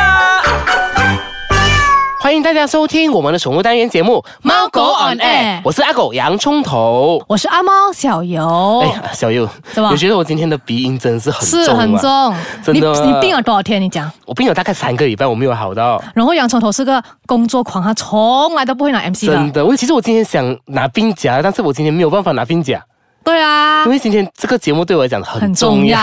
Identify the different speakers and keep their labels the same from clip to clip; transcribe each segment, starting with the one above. Speaker 1: 啊。欢迎大家收听我们的宠物单元节目《
Speaker 2: 猫狗 on air
Speaker 1: 我是阿狗洋葱头。
Speaker 2: 我是阿猫小游
Speaker 1: 哎，呀，小优，
Speaker 2: 哦怎么
Speaker 1: 我觉得我今天的鼻音真的是很重、啊，
Speaker 2: 是很重。
Speaker 1: 真
Speaker 2: 你
Speaker 1: 的啊
Speaker 2: 你病了多少天？你讲。
Speaker 1: 我病了大概三个礼拜，我没有好到。
Speaker 2: 然后洋葱头是个工作狂，他从来都不会拿 MC
Speaker 1: 真
Speaker 2: 的。
Speaker 1: 的，我其实我今天想拿鬓夹，但是我今天没有办法拿鬓夹，
Speaker 2: 对啊
Speaker 1: 因，为今天这个节目对我来讲很
Speaker 2: 很
Speaker 1: 重
Speaker 2: 重
Speaker 1: 要，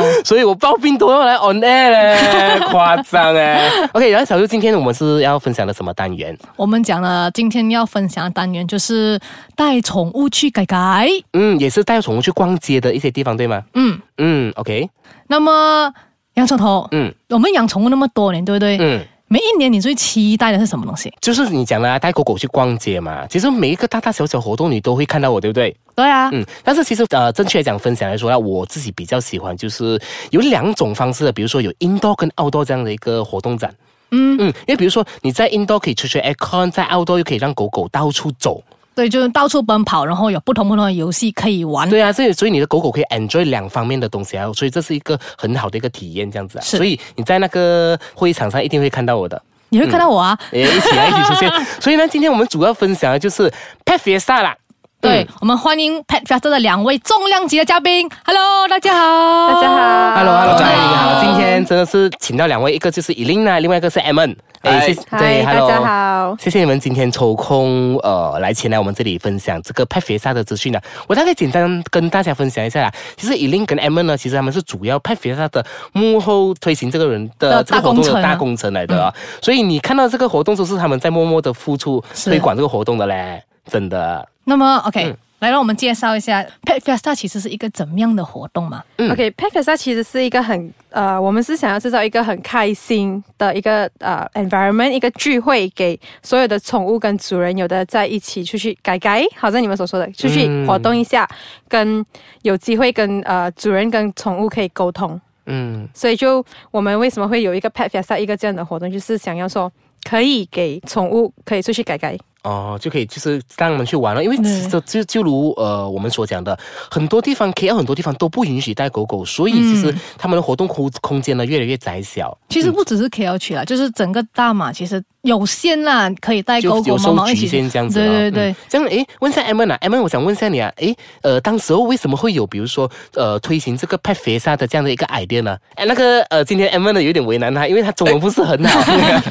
Speaker 2: 要
Speaker 1: 所以我抱病都要来 on air 嘞， 夸张哎。OK，然后小优，今天我们是要分享的什么单元？
Speaker 2: 我们讲了今天要分享的单元就是带宠物去改改。
Speaker 1: 嗯，也是带宠物去逛街的一些地方，对吗？
Speaker 2: 嗯，
Speaker 1: 嗯，OK，
Speaker 2: 那么洋葱头，
Speaker 1: 嗯
Speaker 2: 我们养宠物那么多年，对不对？
Speaker 1: 嗯。
Speaker 2: 每一年你最期待的是什么东西？
Speaker 1: 就是你讲的、啊、带狗狗去逛街嘛，其实每一个大大小小活动你都会看到我，对不对？
Speaker 2: 对啊，
Speaker 1: 嗯，但是其实呃，正确来讲，分享来说呢，我自己比较喜欢就是有两种方式的，比如说有 indoor 跟 outdoor 这样的一个活动展。嗯嗯，因为比如说你在 indoor 可以吹吹 aircon，在 outdoor 又可以让狗狗到处走。
Speaker 2: 对，就是到处奔跑，然后有不同不同的游戏可以玩。
Speaker 1: 对啊，所以所以你的狗狗可以 enjoy 两方面的东西啊，所以这是一个很好的一个体验，这样子啊。
Speaker 2: 是
Speaker 1: 所以你在那个会场上一定会看到我的，
Speaker 2: 你会看到我啊，
Speaker 1: 诶，一起来一起出 现。所以呢，今天我们主要分享的就是 Pet Fiesta 啦。
Speaker 2: 对、
Speaker 1: 嗯
Speaker 2: 我们欢迎 Pet Fiesta 的两位重量级的嘉宾。Hello，大家好，
Speaker 3: 大家好
Speaker 1: Hello Hello，大家好，
Speaker 2: Hello
Speaker 1: 今天真的是请到两位，一个就是 Elena，另外一个是 Emon。哎
Speaker 4: 嗨
Speaker 1: 谢谢
Speaker 3: 嗨，大
Speaker 1: ，Hello
Speaker 3: 家好。
Speaker 1: 谢谢你们今天抽空呃来前来我们这里分享这个派肥萨的资讯呢、啊我大概简单跟大家分享一下啦。其实 Elin 跟 Emma 呢，其实他们是主要派肥萨的幕后推行这个人的
Speaker 2: 的
Speaker 1: 这个活动的
Speaker 2: 大工程啊
Speaker 1: 大工程来的、
Speaker 3: 嗯
Speaker 1: 啊所以你看到这个活动都是他们在默默的付出
Speaker 2: 是
Speaker 1: 推广这个活动的嘞，真的。
Speaker 2: 那么
Speaker 1: 嗯
Speaker 2: OK，、来让我们介绍一下 Pet Fiesta 其实是一个怎么样的活动嘛？
Speaker 1: 嗯
Speaker 3: OK，p e p e s 它其实是一个很呃，我们是想要制造一个很开心的一个呃 environment，一个聚会，给所有的宠物跟主人有的在一起出去改改，好像你们所说的出去
Speaker 1: 嗯
Speaker 3: 活动一下，跟有机会跟呃主人跟宠物可以沟通。
Speaker 1: 嗯
Speaker 3: 所以就我们为什么会有一个 Pet Fiesta 一个这样的活动，就是想要说可以给宠物可以出去改改。
Speaker 1: 哦，就可以就是让他们去玩了，因为
Speaker 2: 对
Speaker 1: 其实就就如呃我们所讲的，很多地方 K L 很多地方都不允许带狗狗，所以
Speaker 2: 嗯
Speaker 1: 其实他们的活动空空间呢越来越窄小。
Speaker 2: 其实不只是 KL 区啦，就是整个大马其实有限啦，可以带
Speaker 1: 就
Speaker 2: 狗狗、
Speaker 1: 有
Speaker 2: 猫
Speaker 1: 收
Speaker 2: 猫一
Speaker 1: 局
Speaker 2: 起。
Speaker 1: 限这样子咯。
Speaker 2: 对对对
Speaker 1: 嗯，这样诶，问一下 M 啊，M，我想问一下你啊，诶，呃，当时候为什么会有比如说呃推行这个派肥沙的这样的一个 idea 呢？哎，那个呃，今天 M 呢有点为难他，因为他中文不是很 好，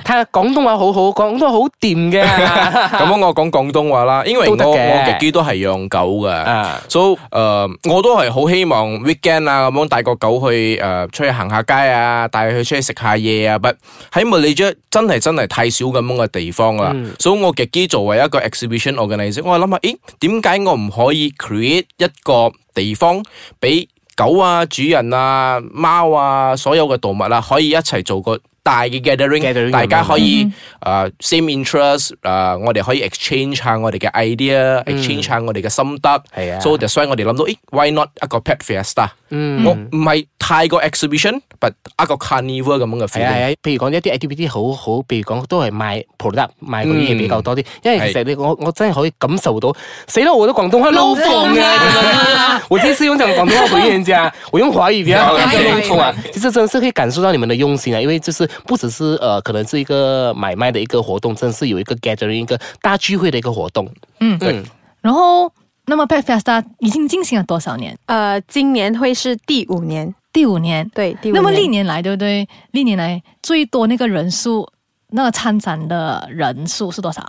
Speaker 1: 他廣東話好好，廣東話好掂嘅。
Speaker 4: 咁樣我講廣東話啦，因為
Speaker 1: 都
Speaker 4: 我
Speaker 1: 得嘅
Speaker 4: 我嘅基都係養狗嘅，
Speaker 1: 啊，
Speaker 4: 所以誒呃我都係好希望 weekend 啊咁樣帶個狗去誒、呃出去行下街啊，帶佢出去食下嘢啊，不喺 Malaysia 真係真係太少咁樣嘅地方啦，
Speaker 1: 嗯
Speaker 4: 所以我嘅基作為一個 exhibition organizer，我係諗下，啊咦點解我唔可以 create 一個地方俾狗啊、主人啊、貓啊所有嘅動物啊，可以一齊做個大嘅
Speaker 1: Gathering
Speaker 4: gathering，大家
Speaker 1: 咁樣嗯
Speaker 4: 可以。誒 same interest，誒我哋可以 exchange 下我哋嘅
Speaker 1: 嗯
Speaker 4: idea，exchange 下我哋嘅心得，
Speaker 1: 係啊
Speaker 4: 所以就所以我哋諗到，咦，why not 一個 pet fiesta？
Speaker 1: 嗯。
Speaker 4: 我唔係太過 exhibition，but 一個 carnival 咁樣
Speaker 1: 係
Speaker 4: 嘅
Speaker 1: 啊
Speaker 4: feeling。
Speaker 1: 係啊，譬如講一啲 activity 好好，譬如講都係賣 product 賣嗰啲嘢比較
Speaker 2: 嗯
Speaker 1: 多啲，因為其實你我我真係可以感受到，死啦！我的廣東話漏風啊！真的是我 第一次用講廣東話回應人家，我用華語比較好，
Speaker 4: 好
Speaker 1: 不要漏風啊
Speaker 3: 可！
Speaker 1: 其實真的是可以感受到你們的用心啊，因為就是不只是呃，可能是一個買賣的一個活動，真是有一個 gathering 一個大聚會的一個活動。
Speaker 2: 嗯
Speaker 1: 嗯，
Speaker 2: 然后，那么 Pet Fiesta 已经进行了多少年？
Speaker 3: 呃，今年会是第五年，
Speaker 2: 第五年。
Speaker 3: 对，第五
Speaker 2: 那
Speaker 3: 年。
Speaker 2: 么历年来，对不对？历年来最多那个人数，那个参展的人数是多少？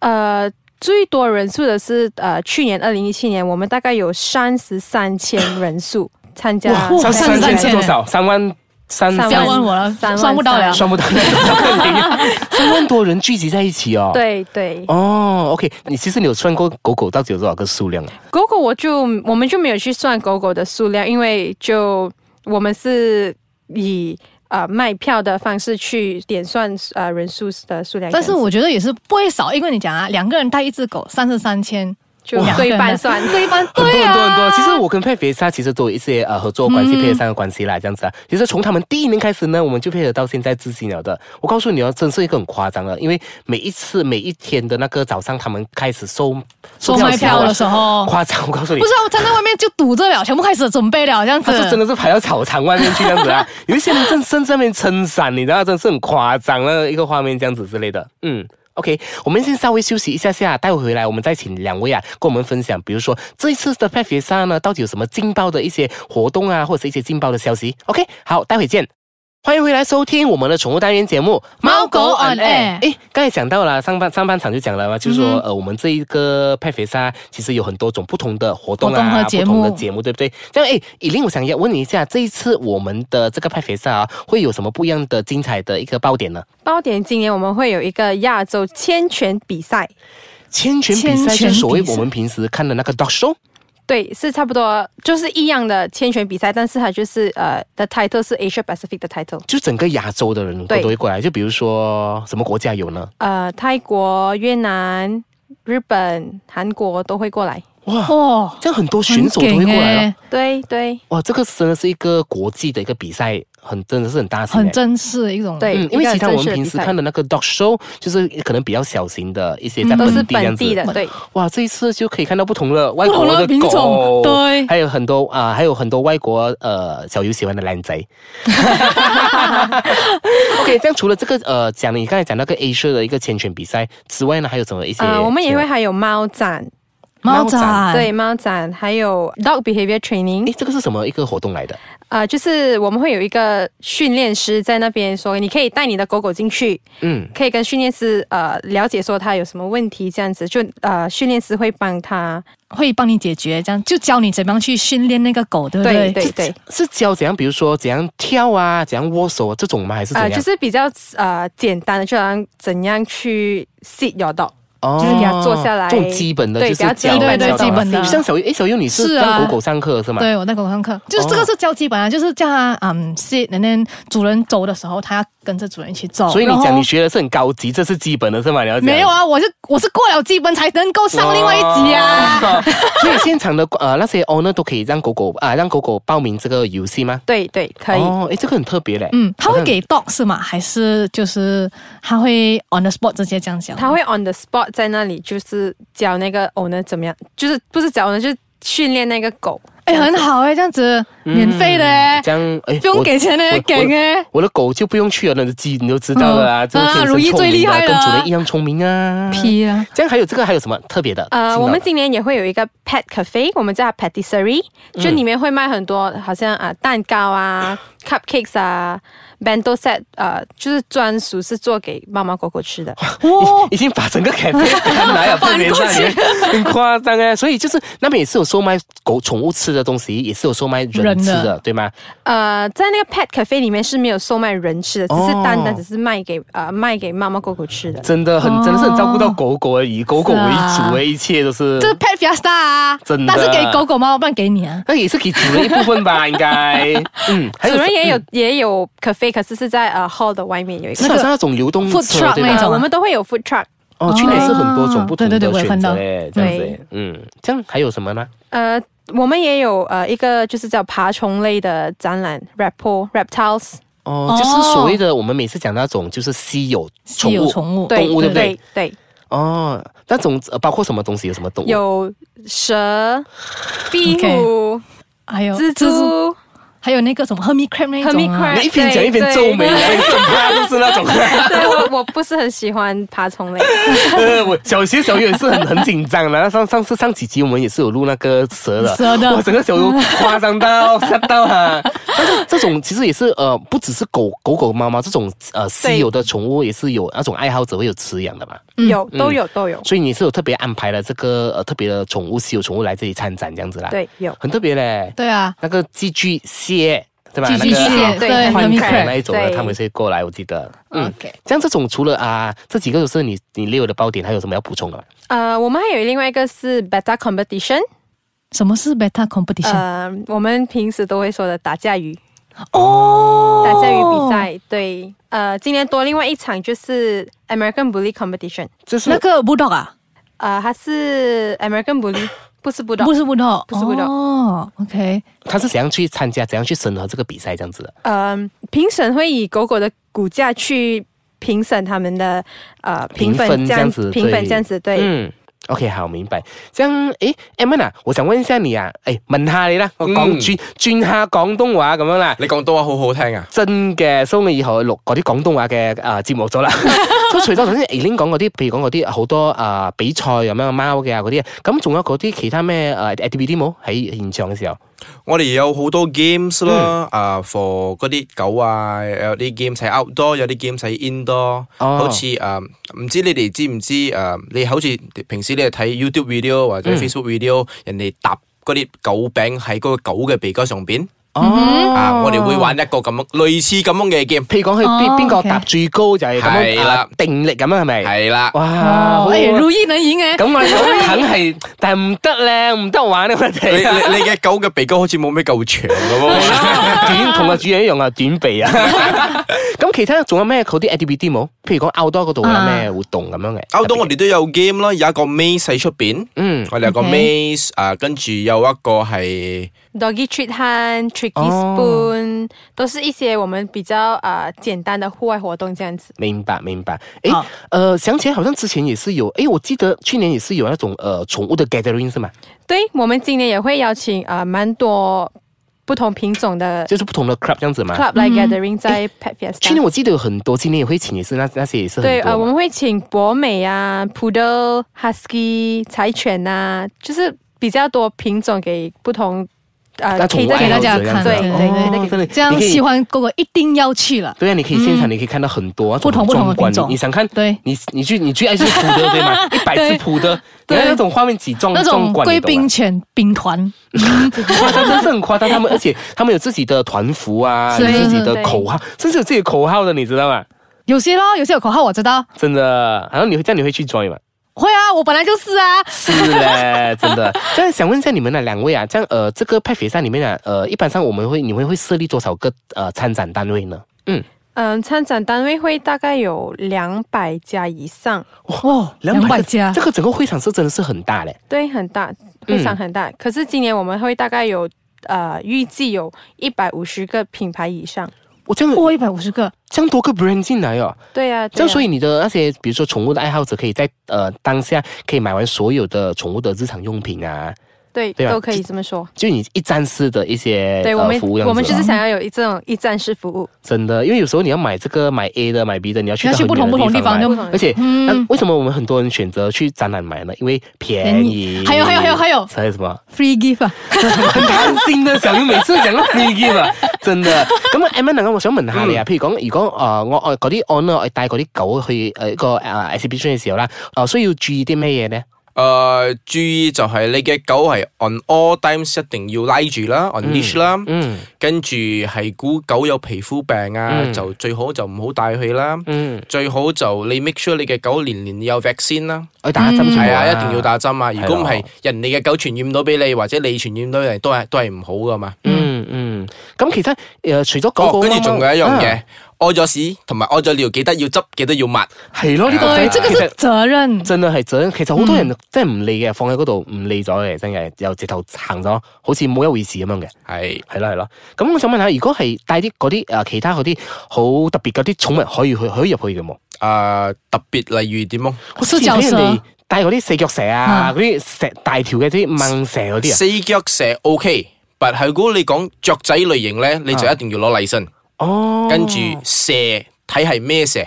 Speaker 3: 呃，最多人数的是呃，去年二零一七年，我们大概有三十三千人数参加
Speaker 2: 哇
Speaker 3: 参
Speaker 1: 三三
Speaker 2: 三
Speaker 3: 加
Speaker 2: 三
Speaker 1: 千
Speaker 2: 千
Speaker 1: 是多少？三萬三
Speaker 3: 啊三
Speaker 2: 不
Speaker 3: 萬
Speaker 2: 要问我了，
Speaker 3: 三万
Speaker 2: 算不到了。
Speaker 1: 算不到，三萬多人聚集在一起哦。。
Speaker 3: 对对，
Speaker 1: 哦，OK，你其实你有算过狗狗到底有多少个数量啊？
Speaker 3: 狗狗我就我们就没有去算狗狗的数量，因为就我们是以呃卖票的方式去点算呃人数的数量这
Speaker 2: 但
Speaker 3: 样子。
Speaker 2: 是我觉得也是不会少，因为你讲啊，两个人带一只狗三十三千，
Speaker 3: 就
Speaker 2: 哇
Speaker 3: 对半 算。
Speaker 2: 对吧？
Speaker 1: 很多
Speaker 2: 对
Speaker 1: 很
Speaker 2: 啊，
Speaker 1: 多很多，其实我跟佩菲莎其实都有一些呃合作关系、
Speaker 2: 嗯
Speaker 1: 配合上的关系啦，这样子啊。其实从他们第一年开始呢，我们就配合到现在至今了的。我告诉你哦，真是一个很夸张的，因为每一次每一天的那个早上，他们开始收
Speaker 2: 售卖票的时候，
Speaker 1: 夸张，我告诉你
Speaker 2: 不，是啊，我站在外面就堵着了，全部开始准备了，这样子
Speaker 1: 他。是真的是排到草场外面去这样子啊， 有一些人正身上面撑伞，你知道，真是很夸张的一个画面这样子之类的，嗯。OK，我们先稍微休息一下下，待会回来我们再请两位啊跟我们分享，比如说这一次的 p e f 上呢，到底有什么劲爆的一些活动啊，或者是一些劲爆的消息？OK，好，待会见。欢迎回来收听我们的宠物单元节目《
Speaker 2: 猫狗 on air
Speaker 1: 诶，刚才讲到了上半上半场就讲了嘛，就是说、呃，我们这一个派肥沙其实有很多种不同的活动啊，
Speaker 2: 活动和节目
Speaker 1: 不同的节目，对不对？这样诶，以令我想要问你一下，这一次我们的这个派肥沙啊，会有什么不一样的精彩的一个爆点呢？
Speaker 3: 包点今年我们会有一个亚洲铅拳比赛，
Speaker 1: 千拳比赛
Speaker 2: 千拳
Speaker 1: 是所谓
Speaker 2: 比赛
Speaker 1: 我们平时看的那个 dog show，
Speaker 3: 对，是差不多就是一样的铅拳比赛，但是它就是呃的 title 是 Asia Pacific 的 title，
Speaker 1: 就整个亚洲的人都
Speaker 3: 对
Speaker 1: 都会过来，就比如说什么国家有呢？
Speaker 3: 呃，泰国、越南、日本、韩国都会过来。
Speaker 1: 哇，
Speaker 2: 哇，
Speaker 1: 这样很多选
Speaker 2: 很
Speaker 1: 手都会
Speaker 2: 劲
Speaker 1: 过来了
Speaker 2: 欸，，
Speaker 3: 对对
Speaker 1: 哇，这个真的是一个国际的一个比赛，很真的是很大型欸
Speaker 2: 很正式一种。
Speaker 3: 对
Speaker 1: 嗯，因为
Speaker 3: 一个
Speaker 1: 其他我
Speaker 3: 正
Speaker 1: 们
Speaker 3: 式的
Speaker 1: 平
Speaker 3: 比
Speaker 1: 时
Speaker 3: 赛
Speaker 1: 看的那个 dog show，就是可能比较小型的一些，
Speaker 2: 嗯
Speaker 1: 在
Speaker 3: 都是
Speaker 1: 本地这
Speaker 3: 本
Speaker 1: 样子。
Speaker 3: 地的，对，
Speaker 1: 哇，这一次就可以看到不同的外
Speaker 2: 不同
Speaker 1: 国
Speaker 2: 的
Speaker 1: 的
Speaker 2: 品
Speaker 1: 狗，
Speaker 2: 种，对，
Speaker 1: 还有很多啊、还有很多外国呃小游喜欢的烂仔。OK，这样除了这个呃讲你刚才讲那个 A 社的一个千拳比赛之外呢，还有什么一些？
Speaker 3: 呃，我们也会。还有猫展，
Speaker 1: 猫
Speaker 2: 猫展，
Speaker 3: 对，猫展，还有 dog behavior training，
Speaker 1: 啊诶，这个是什么一个活动来的？
Speaker 3: 啊，就是我们会有一个训练师在那边说，你可以带你的狗狗进去，
Speaker 1: 嗯，
Speaker 3: 可以跟训练师呃了解说它有什么问题，这样子就呃训练师会帮他，
Speaker 2: 会帮你解决，这样就教你怎么样去训练那个狗，对不
Speaker 3: 对
Speaker 2: 对？
Speaker 3: 对对，
Speaker 1: 是教怎样，比如说怎样跳啊，怎样握手啊这种吗？还是怎
Speaker 3: 呃
Speaker 1: 样？
Speaker 3: 就是比较呃简单的，就好像怎样去 sit your dog，
Speaker 1: 哦
Speaker 3: 就是给它坐下来
Speaker 1: 这种基本的
Speaker 3: 对
Speaker 1: 就
Speaker 3: 比较
Speaker 1: 是教
Speaker 2: 基本的
Speaker 1: 教导
Speaker 2: 基本的
Speaker 1: 就像小优，诶，小优你是
Speaker 2: 是啊
Speaker 1: 让狗狗上课是吗？
Speaker 2: 对，我在狗上课，就是这个是教基本啊，就是叫它嗯 sit，然后主人走的时候，它要跟着主人一起走。
Speaker 1: 所以你
Speaker 2: 然
Speaker 1: 讲
Speaker 2: 后
Speaker 1: 你学的是很高级，这是基本的是吗？你要讲
Speaker 2: 没有。啊？我是我是过了基本才能够上另外一集啊。
Speaker 1: 哇！所以现场的呃那些 owner 都可以让狗狗啊、让狗狗报名这个游戏吗？
Speaker 3: 对对，可以。
Speaker 1: 哦，诶，这个很特别嘞。
Speaker 2: 嗯，他
Speaker 1: 好
Speaker 2: 会
Speaker 1: 像
Speaker 2: 给 dog 是吗？还是就是他会 on the spot 直接这样讲？
Speaker 3: 他会 on the spot 在那里，就是教那个 owner 怎么样，就是不是教 owner，就是训练那个狗。
Speaker 2: 哎、很好哎、这样子免费的哎、
Speaker 1: 嗯这样，诶，
Speaker 2: 不用
Speaker 1: 我
Speaker 2: 给钱的
Speaker 1: 我
Speaker 2: 给哎、
Speaker 1: 我的狗就不用去了，那只鸡你都知道了啊，
Speaker 2: 嗯
Speaker 1: 这个
Speaker 2: 啊
Speaker 1: 天
Speaker 2: 如意
Speaker 1: 生聪
Speaker 2: 最厉
Speaker 1: 明啊，
Speaker 2: 害
Speaker 1: 跟主
Speaker 2: 了
Speaker 1: 人一样聪明啊。
Speaker 2: 批啊，
Speaker 1: 这样还有这个还有什么特别的？
Speaker 3: 呃，
Speaker 1: 新的
Speaker 3: 我们今年也会有一个 pet cafe，我们叫它 patisserie，就
Speaker 1: 嗯
Speaker 3: 里面会卖很多好像啊、呃蛋糕 啊、cupcakes 啊、bento set，呃，就是专属是做给猫猫狗狗吃的。
Speaker 2: 哇！
Speaker 1: 已经把整个改 变搬来了，
Speaker 2: 搬
Speaker 1: 别
Speaker 2: 过去
Speaker 1: 面，很夸张哎。所以就是那边也是有售卖狗宠物吃的东西，也是有售卖人
Speaker 2: 人
Speaker 1: 吃
Speaker 2: 的
Speaker 1: 的，对吗？
Speaker 3: 呃，在那个 pet cafe 里面是没有售卖人吃的，只是
Speaker 1: 哦
Speaker 3: 单单只是卖给呃卖给猫猫狗狗吃的。
Speaker 1: 真的很，
Speaker 2: 哦
Speaker 1: 真的是很照顾到狗狗而已，以狗狗为
Speaker 2: 是
Speaker 1: 主
Speaker 2: 啊
Speaker 1: 哎，一切都是
Speaker 2: 这。是 pet fiesta 啊，
Speaker 1: 真的
Speaker 2: 但是给狗狗猫，不然给你啊。
Speaker 1: 哎那也是给主人一部分吧，应 该。嗯，还
Speaker 3: 主
Speaker 1: 有
Speaker 3: 人也有、也有 cafe，可是是在呃 hall 的外面有一
Speaker 1: 是
Speaker 3: 个
Speaker 1: 好像那种流动
Speaker 2: food
Speaker 1: 车
Speaker 2: truck
Speaker 1: 对
Speaker 2: 那
Speaker 1: 吧？
Speaker 2: 种啊
Speaker 3: 呃我们都会有 food truck。
Speaker 1: 哦，去年是很多种不同
Speaker 2: 对哦对对
Speaker 1: 的
Speaker 2: 我也
Speaker 1: 选
Speaker 2: 看
Speaker 1: 择
Speaker 2: 到
Speaker 1: 哎，这样子
Speaker 3: 对
Speaker 1: 哎。嗯，这样还有什么呢？
Speaker 3: 呃，我们也有呃一个就是叫爬虫类的展览 r a p o reptiles。
Speaker 1: 哦，
Speaker 2: 哦
Speaker 1: 就是所谓的我们每次讲那种就是稀有
Speaker 2: 稀
Speaker 1: 宠
Speaker 2: 有
Speaker 1: 物。
Speaker 2: 宠物，
Speaker 1: 动物对不对
Speaker 3: 对
Speaker 1: 哦，那种呃包括什么东西？有什么动物？
Speaker 3: 有蛇、壁虎、
Speaker 2: 还有
Speaker 3: 蜘，蛛，
Speaker 2: 还有那个什么 hermit crab 那一种
Speaker 3: Hermit
Speaker 2: 啊
Speaker 3: crab
Speaker 1: 你一边讲一边皱眉，
Speaker 3: 对
Speaker 1: 然后很怕就是那种。
Speaker 3: 对我我不是很喜欢爬虫类。
Speaker 1: 呃，我小学小月也是很很紧张的。那上上次上几集我们也是有录那个蛇的，
Speaker 2: 蛇的
Speaker 1: 哇，整个小优夸张到吓到哈。但是这种其实也是呃，不只是狗狗狗猫猫这种呃稀有的宠物，也是有那种爱好者会有饲养的嘛。
Speaker 2: 嗯
Speaker 3: 有都有都有，
Speaker 1: 所以你是有特别安排了这个呃特别的宠物稀有宠物来这里参展这样子啦。，
Speaker 3: 对有。
Speaker 1: 很特别嘞。
Speaker 2: 对啊，
Speaker 1: 那个寄居蟹对吧？
Speaker 2: 寄
Speaker 1: 那
Speaker 2: 居
Speaker 1: 个
Speaker 2: 蟹，
Speaker 3: 对
Speaker 2: 对
Speaker 3: 很
Speaker 1: 换
Speaker 2: hermit
Speaker 1: 壳
Speaker 3: crab，
Speaker 1: 那
Speaker 2: crab，
Speaker 1: 一种呢，
Speaker 3: 对
Speaker 1: 他们是会过来，我记得。嗯
Speaker 2: OK
Speaker 1: 像这种除了啊、这几个都是你你列的爆点，还有什么要补充的吗？
Speaker 3: 呃，我们还有另外一个是 beta competition，
Speaker 2: 什么是 beta competition？
Speaker 3: 呃，我们平时都会说的打架鱼，
Speaker 2: 哦
Speaker 3: 打架鱼比，赛。对，呃，今年多另外一场就是 American Bully Competition。
Speaker 1: 就是
Speaker 2: 那个 bulldog 啊，
Speaker 3: 呃，它是 American Bully，不是 Bulldog，
Speaker 2: 不是 w o o
Speaker 3: 不是 Bulldog
Speaker 2: 哦，OK，
Speaker 1: 他是怎样去参加，怎样去审核这个比赛这样子的？
Speaker 3: 嗯，评审会以狗狗的骨架去评审他们的呃评
Speaker 1: 评分
Speaker 3: 分，这样
Speaker 1: 这样子
Speaker 3: 评分
Speaker 1: 对
Speaker 3: 这样子对。
Speaker 1: 嗯。OK，好，明白。这样，诶 e m a 啊，我想問一下你啊，誒，問下你啦，我
Speaker 4: 嗯
Speaker 1: 講轉轉下廣東話咁樣啦。
Speaker 4: 你講多話好好聽啊！
Speaker 1: 真嘅，所以我以後錄嗰啲廣東話嘅啊節目咗啦。所以除咗頭先 Eileen 講嗰啲，譬如講嗰啲好多啊、比賽咁樣貓嘅啊嗰啲，咁仲有嗰啲其他咩啊 activity 冇喺現場嘅時候？
Speaker 4: 我哋有好多 games 啦，啊、for 嗰啲狗啊，有啲 games 喺 outdoor，有啲 games 喺 indoor。
Speaker 1: 哦
Speaker 4: 好似誒，唔知你哋知唔知誒？你好似平時你係睇 YouTube video 或者 Facebook video，人哋搭嗰啲狗餅喺嗰個狗嘅鼻哥上邊。
Speaker 1: 哦
Speaker 4: 啊，我哋會玩一個咁樣類似咁樣嘅 game。
Speaker 1: 譬如講佢邊
Speaker 2: 哦
Speaker 1: 邊個
Speaker 2: OK
Speaker 1: 搭最高就係咁樣
Speaker 4: 係啦
Speaker 1: 啊定力咁樣係咪？
Speaker 4: 係啦，
Speaker 1: 哇，好啊
Speaker 2: 哦，哎，
Speaker 1: 咁
Speaker 2: 如意能赢诶，
Speaker 1: 我哋肯係，但係唔得咧，唔得玩啊我
Speaker 4: 你
Speaker 1: 哋。
Speaker 4: 你你嘅狗嘅鼻哥好似冇咩夠長咁喎。
Speaker 1: 短同個主人一樣啊，短鼻啊。 咁其他仲有咩好啲 activity 冇？譬如講 outdoor 嗰度有咩活動咁樣嘅
Speaker 4: 啊 outdoor 我哋都有 game 啦，有一個 maze 喺出邊，
Speaker 1: 嗯。
Speaker 4: 我哋有個
Speaker 2: OK
Speaker 4: maze 啊，跟住有一個係。
Speaker 3: Doggy treat hunt、tricky
Speaker 1: 哦
Speaker 3: spoon，、都是一些我们比较啊、呃简单的户外活动这样子。
Speaker 1: 明白明白，诶
Speaker 2: 好，
Speaker 1: 呃，想起来好像之前也是有，诶，我记得去年也是有那种呃宠物的 gathering 是吗？
Speaker 3: 对我们今年也会邀请啊、呃蛮多不同品种的
Speaker 1: 就是不同的 club 这样子嘛。
Speaker 3: club 来 gathering 在 Pet
Speaker 1: 去年
Speaker 3: Fiesta。
Speaker 1: 我记得有很多，今年也会请，也是那那些也是很
Speaker 3: 对，呃，我
Speaker 1: 多嘛。
Speaker 3: 们会请博美啊、poodle、husky、柴犬呐、就是比较多品种给不同呃
Speaker 1: 那宠物
Speaker 3: cater
Speaker 1: 爱
Speaker 2: 给
Speaker 1: 好
Speaker 2: 大
Speaker 1: 者
Speaker 2: 家
Speaker 1: 这样
Speaker 2: 看，
Speaker 1: 子
Speaker 3: 对对对
Speaker 2: 哦
Speaker 3: 那个
Speaker 1: 真的
Speaker 2: 这样
Speaker 1: 你可以
Speaker 2: 喜欢狗狗一定要去了，
Speaker 1: 对啊，你可以现场，你可以看到很多啊
Speaker 2: 不
Speaker 1: 种
Speaker 2: 同不同的
Speaker 1: 壮观
Speaker 2: 品种
Speaker 1: 你想看，
Speaker 2: 对。
Speaker 1: 你你去你去爱去扑的对 吗？一百只扑的，你
Speaker 2: 对
Speaker 1: 看那种画面几壮
Speaker 2: 那
Speaker 1: 壮
Speaker 2: 种
Speaker 1: 观，
Speaker 2: 贵
Speaker 1: 你懂吗
Speaker 2: 宾？犬兵团，
Speaker 1: 夸张，真是很夸张。他们而且他们有自己的团服啊，有
Speaker 2: 是
Speaker 1: 自己的
Speaker 3: 对
Speaker 1: 口号，甚至有自己的口号的，你知道吗？
Speaker 2: 有些咯，有些有口号我知道，
Speaker 1: 真的，然后你会这样你会去 join 吗？
Speaker 2: 会啊，我本来就是啊，
Speaker 1: 是嘞， 真的。这样想问一下你们呢两位啊，这样呃，这个派肥赛里面呢，呃，一般上我们会你们会设立多少个呃参展单位呢？嗯，
Speaker 3: 嗯，参展单位会大概有两百家以上，
Speaker 2: 哇，哦两百家
Speaker 1: 这，个整个会场是真的是很大嘞。
Speaker 3: 对，很大，非常很大。
Speaker 1: 嗯
Speaker 3: 可是今年我们会大概有呃，预计有一百五十个品牌以上。
Speaker 1: 我这样
Speaker 2: 哇，一百五十个，
Speaker 1: 这样多个 brand 进来哦，
Speaker 3: 对呀、啊，
Speaker 1: 这样所
Speaker 3: 以
Speaker 1: 以你的那些比如说宠物的爱好者，可以在呃当下可以买完所有的宠物的日常用品啊，
Speaker 3: 对
Speaker 1: 对啊
Speaker 3: 都可以这么说。
Speaker 1: 就你一站式的一些
Speaker 3: 对我
Speaker 1: 呃
Speaker 3: 们
Speaker 1: 服务这样子，
Speaker 3: 我们就是
Speaker 1: 哦
Speaker 3: 想要有一这种一站式服 务。
Speaker 1: 真的，因为有时候你要买这个买 A 的买 B 的，你要去
Speaker 2: 要
Speaker 1: 到
Speaker 2: 去
Speaker 1: 很
Speaker 2: 不同不
Speaker 1: 远的
Speaker 2: 同地方
Speaker 1: 买
Speaker 2: 就
Speaker 3: 不同
Speaker 1: 而且，
Speaker 2: 嗯
Speaker 1: 那为什么我们很多人选择去展览买呢？因为便宜。
Speaker 2: 还有还有还有还有
Speaker 1: 还有什么？
Speaker 2: free gift 啊，
Speaker 1: 很贪心的，小明每次讲到 free gift 啊，真的。咁啊，M N 啊，我想問下
Speaker 4: 嗯
Speaker 1: 你啊，譬如講，如果誒我我嗰啲 on 啊，我帶嗰啲狗去誒一個誒呃 exhibition 嘅時候啦，誒需要注意啲咩嘢咧？
Speaker 4: 诶、注意就係你嘅狗係 on all times 一定要拉住啦，on leash 啦，
Speaker 1: 嗯
Speaker 4: 跟住係估狗有皮膚病啊，
Speaker 1: 嗯
Speaker 4: 就最好就唔好帶去啦。
Speaker 1: 嗯，
Speaker 4: 最好就你 make sure 你嘅狗年年有 vaccine 啦，
Speaker 1: 我打針
Speaker 4: 係
Speaker 1: 先
Speaker 4: 啊，一定要。打針啊！如果唔
Speaker 1: 係
Speaker 4: 係
Speaker 1: 咯，
Speaker 4: 人哋嘅狗傳染到俾你，或者你傳染到人，都係都係唔好噶嘛。
Speaker 1: 嗯嗯，咁其實誒除咗啊狗
Speaker 4: 哦
Speaker 1: 狗，
Speaker 4: 跟住仲有一樣
Speaker 1: 樣
Speaker 4: 嘢，屙咗屎同埋屙咗尿，記得要執，記得要抹。
Speaker 1: 係咯，呢
Speaker 4: 哦
Speaker 1: 個
Speaker 2: 对，
Speaker 1: 真
Speaker 2: 这
Speaker 1: 係
Speaker 2: 个
Speaker 1: 其實
Speaker 2: 是责任，
Speaker 1: 真係係真，其實好多
Speaker 4: 嗯
Speaker 1: 人真係唔理嘅，放喺嗰度唔理咗嘅，真係又直頭行咗，好似冇一回事咁樣嘅，
Speaker 4: 係
Speaker 1: 係啦係啦。咁我想問下，如果係帶啲嗰啲誒其他嗰啲好特別嗰啲寵物可以去可以入去嘅冇？
Speaker 4: 啊、特別例如點啊麼？
Speaker 1: 我之前睇人哋帶嗰啲四腳蛇啊，
Speaker 2: 啊
Speaker 1: 嗰啲蛇大條嘅啲掹蛇嗰啲啊，
Speaker 4: 四腳蛇 OK，但係如果你講雀仔類型咧，你就一定要攞禮身，
Speaker 1: 啊哦，
Speaker 4: 跟住蛇睇係咩蛇，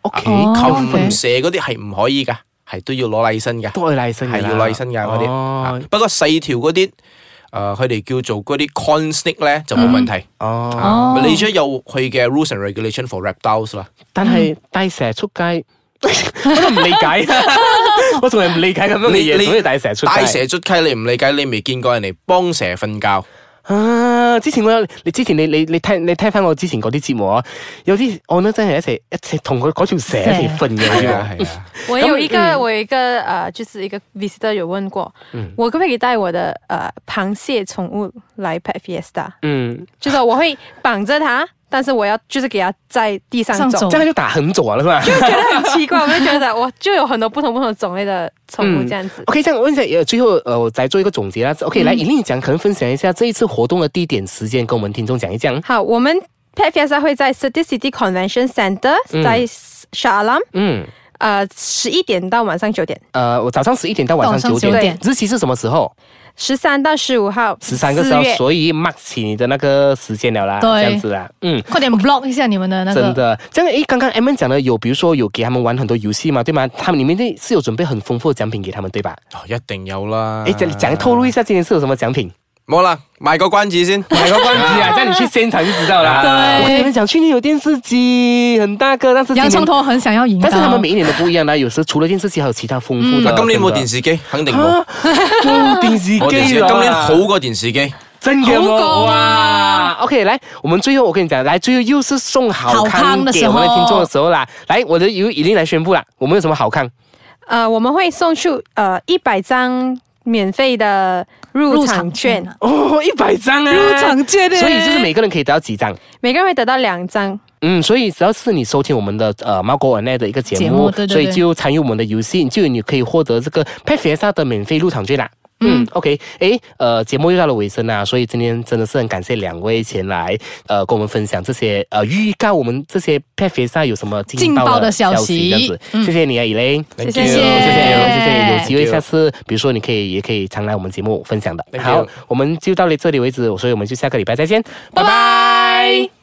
Speaker 1: OK，
Speaker 2: 哦
Speaker 4: 琴
Speaker 2: OK
Speaker 4: 蛇嗰啲係唔可以噶，係都要攞禮身噶，
Speaker 1: 都係賴身㗎
Speaker 4: 係
Speaker 1: 啦
Speaker 4: 要禮身噶嗰啲。啊
Speaker 1: 哦
Speaker 4: 不過細條嗰啲，诶，佢哋叫做嗰啲 con snake 咧就冇問題。
Speaker 1: 嗯哦，
Speaker 4: 啊
Speaker 2: 哦
Speaker 4: Malaysia 有佢嘅 rules and regulation for reptiles 啦，
Speaker 1: 但係帶蛇出街， 我都唔理解，我仲係唔理解咁樣嘅嘢，點
Speaker 4: 你
Speaker 1: 解要帶蛇出街？
Speaker 4: 帶蛇出溪你唔理解，你未見過人哋幫蛇瞓覺。
Speaker 1: 啊！之前我有你之前你你你聽你聽翻我之前嗰啲節目啊，有啲我咧真係一齊一齊同佢嗰條蛇一齊瞓嘅，好似
Speaker 4: 係
Speaker 1: 話
Speaker 4: 啊係啊，
Speaker 3: 我有一
Speaker 1: 嗯
Speaker 3: 个，我有一个呃，就是一个 visitor 有问过，我可不可以带我的呃螃蟹宠物来 Pet Fiesta？
Speaker 1: 嗯，
Speaker 3: 就是我会绑着它，但是我要就是给它在地上
Speaker 2: 上
Speaker 3: 走
Speaker 2: 走，
Speaker 1: 这样就打很久了是吧？
Speaker 3: 就觉得很奇怪，我就觉得哇，就有很多不同不同种类的宠
Speaker 1: 嗯
Speaker 3: 物这样子。
Speaker 1: OK，这样我问一下，呃，最后呃，我再做一个总结啦。OK，、来，以令讲，可能分享一下这一次活动的地点、时间，跟我们听众讲一讲。
Speaker 3: 好，我们 Pet Fiesta 会在 City City Convention Center，
Speaker 1: 嗯
Speaker 3: 在 Shah Alam，
Speaker 1: 嗯，
Speaker 3: 呃，十一点到晚上九点，
Speaker 1: 呃，我早上十一点到晚上
Speaker 2: 到
Speaker 1: 九
Speaker 2: 晚上
Speaker 1: 点，
Speaker 2: 9点
Speaker 1: 日期是什么时候？
Speaker 3: 十三到十五号，
Speaker 1: 十三个时
Speaker 3: 四
Speaker 1: 候，
Speaker 3: 月
Speaker 1: 所以 mark 起你的那个时间了啦，
Speaker 2: 对
Speaker 1: 这样子啦，嗯。
Speaker 2: 快点 block 一下你们的那个。
Speaker 1: 真的，这样诶，刚刚 M 讲的有，比如说有给他们玩很多游戏嘛，对吗？他们里面那是有准备很丰富的奖品给他们，对吧？
Speaker 4: 哦一定有啦。
Speaker 2: 啊
Speaker 1: 诶，讲讲透露一下今天是有什么奖 品？
Speaker 4: 冇啦，卖个关子先。
Speaker 1: 买个关机啊，这样你去现场就知道啦。
Speaker 2: 对
Speaker 1: 我跟你们讲，去年有电视机很大个，但是今
Speaker 2: 洋
Speaker 1: 年
Speaker 2: 葱头很想要赢到，
Speaker 1: 但是他们每一年都不一样啦，有时除了电视机，还有其他丰富的。
Speaker 4: 嗱，嗯今年冇
Speaker 1: 真
Speaker 4: 電
Speaker 1: 的
Speaker 4: 視機，肯定冇。
Speaker 1: 冇電視
Speaker 4: 冇電視機
Speaker 1: 機啊啦
Speaker 4: 今
Speaker 2: 啊
Speaker 4: 年好過電視機。
Speaker 1: 真嘅
Speaker 2: 好
Speaker 1: 冇
Speaker 2: 高
Speaker 1: 哇
Speaker 2: 啊
Speaker 1: ！OK，來，我們最後我跟你講，來，最後又是送好
Speaker 2: 好
Speaker 1: 康
Speaker 2: 康的
Speaker 1: 給
Speaker 2: 時
Speaker 1: 我
Speaker 2: 候
Speaker 1: 們的聽眾的時候啦。來，我的由已經來宣布啦，我們有什麼好康？
Speaker 3: 呃，我们会送出呃一百张免费的入场券，
Speaker 2: 入场券啊
Speaker 1: 哦，一百張啊！
Speaker 2: 入场券耶
Speaker 1: 所以就是每個人可以得到幾張。
Speaker 3: 每个人会得到两张。
Speaker 1: 嗯，所以只要是你收听我们的呃猫狗 online 的一個節目，
Speaker 2: 節目對對
Speaker 1: 所以
Speaker 2: 對
Speaker 1: 就參與我們的遊戲，就你可以獲得這個 Pet f i e s 的免費入場券啦。嗯，OK，诶，呃，节目又到了尾声啦，所以今天真的是很感谢两位前来，呃，跟我们分享这些，呃，预告我们这些 Pet f i e s 有什么劲
Speaker 2: 劲
Speaker 1: 爆
Speaker 2: 爆
Speaker 1: 的
Speaker 2: 的
Speaker 1: 消
Speaker 2: 消
Speaker 1: 息，
Speaker 2: 息
Speaker 1: 这样子，
Speaker 2: 嗯
Speaker 1: 谢谢你啊，以琳，
Speaker 4: Thank
Speaker 3: 謝謝
Speaker 2: 謝
Speaker 4: you
Speaker 1: 谢谢
Speaker 2: 謝
Speaker 1: 谢谢，有机会
Speaker 4: Thank you
Speaker 1: 下次，比如说你可以也可以常来我们节目分享的。
Speaker 4: Thank you
Speaker 1: 好，我们就到了这里为止，所以我们就下个礼拜再见，
Speaker 2: 拜拜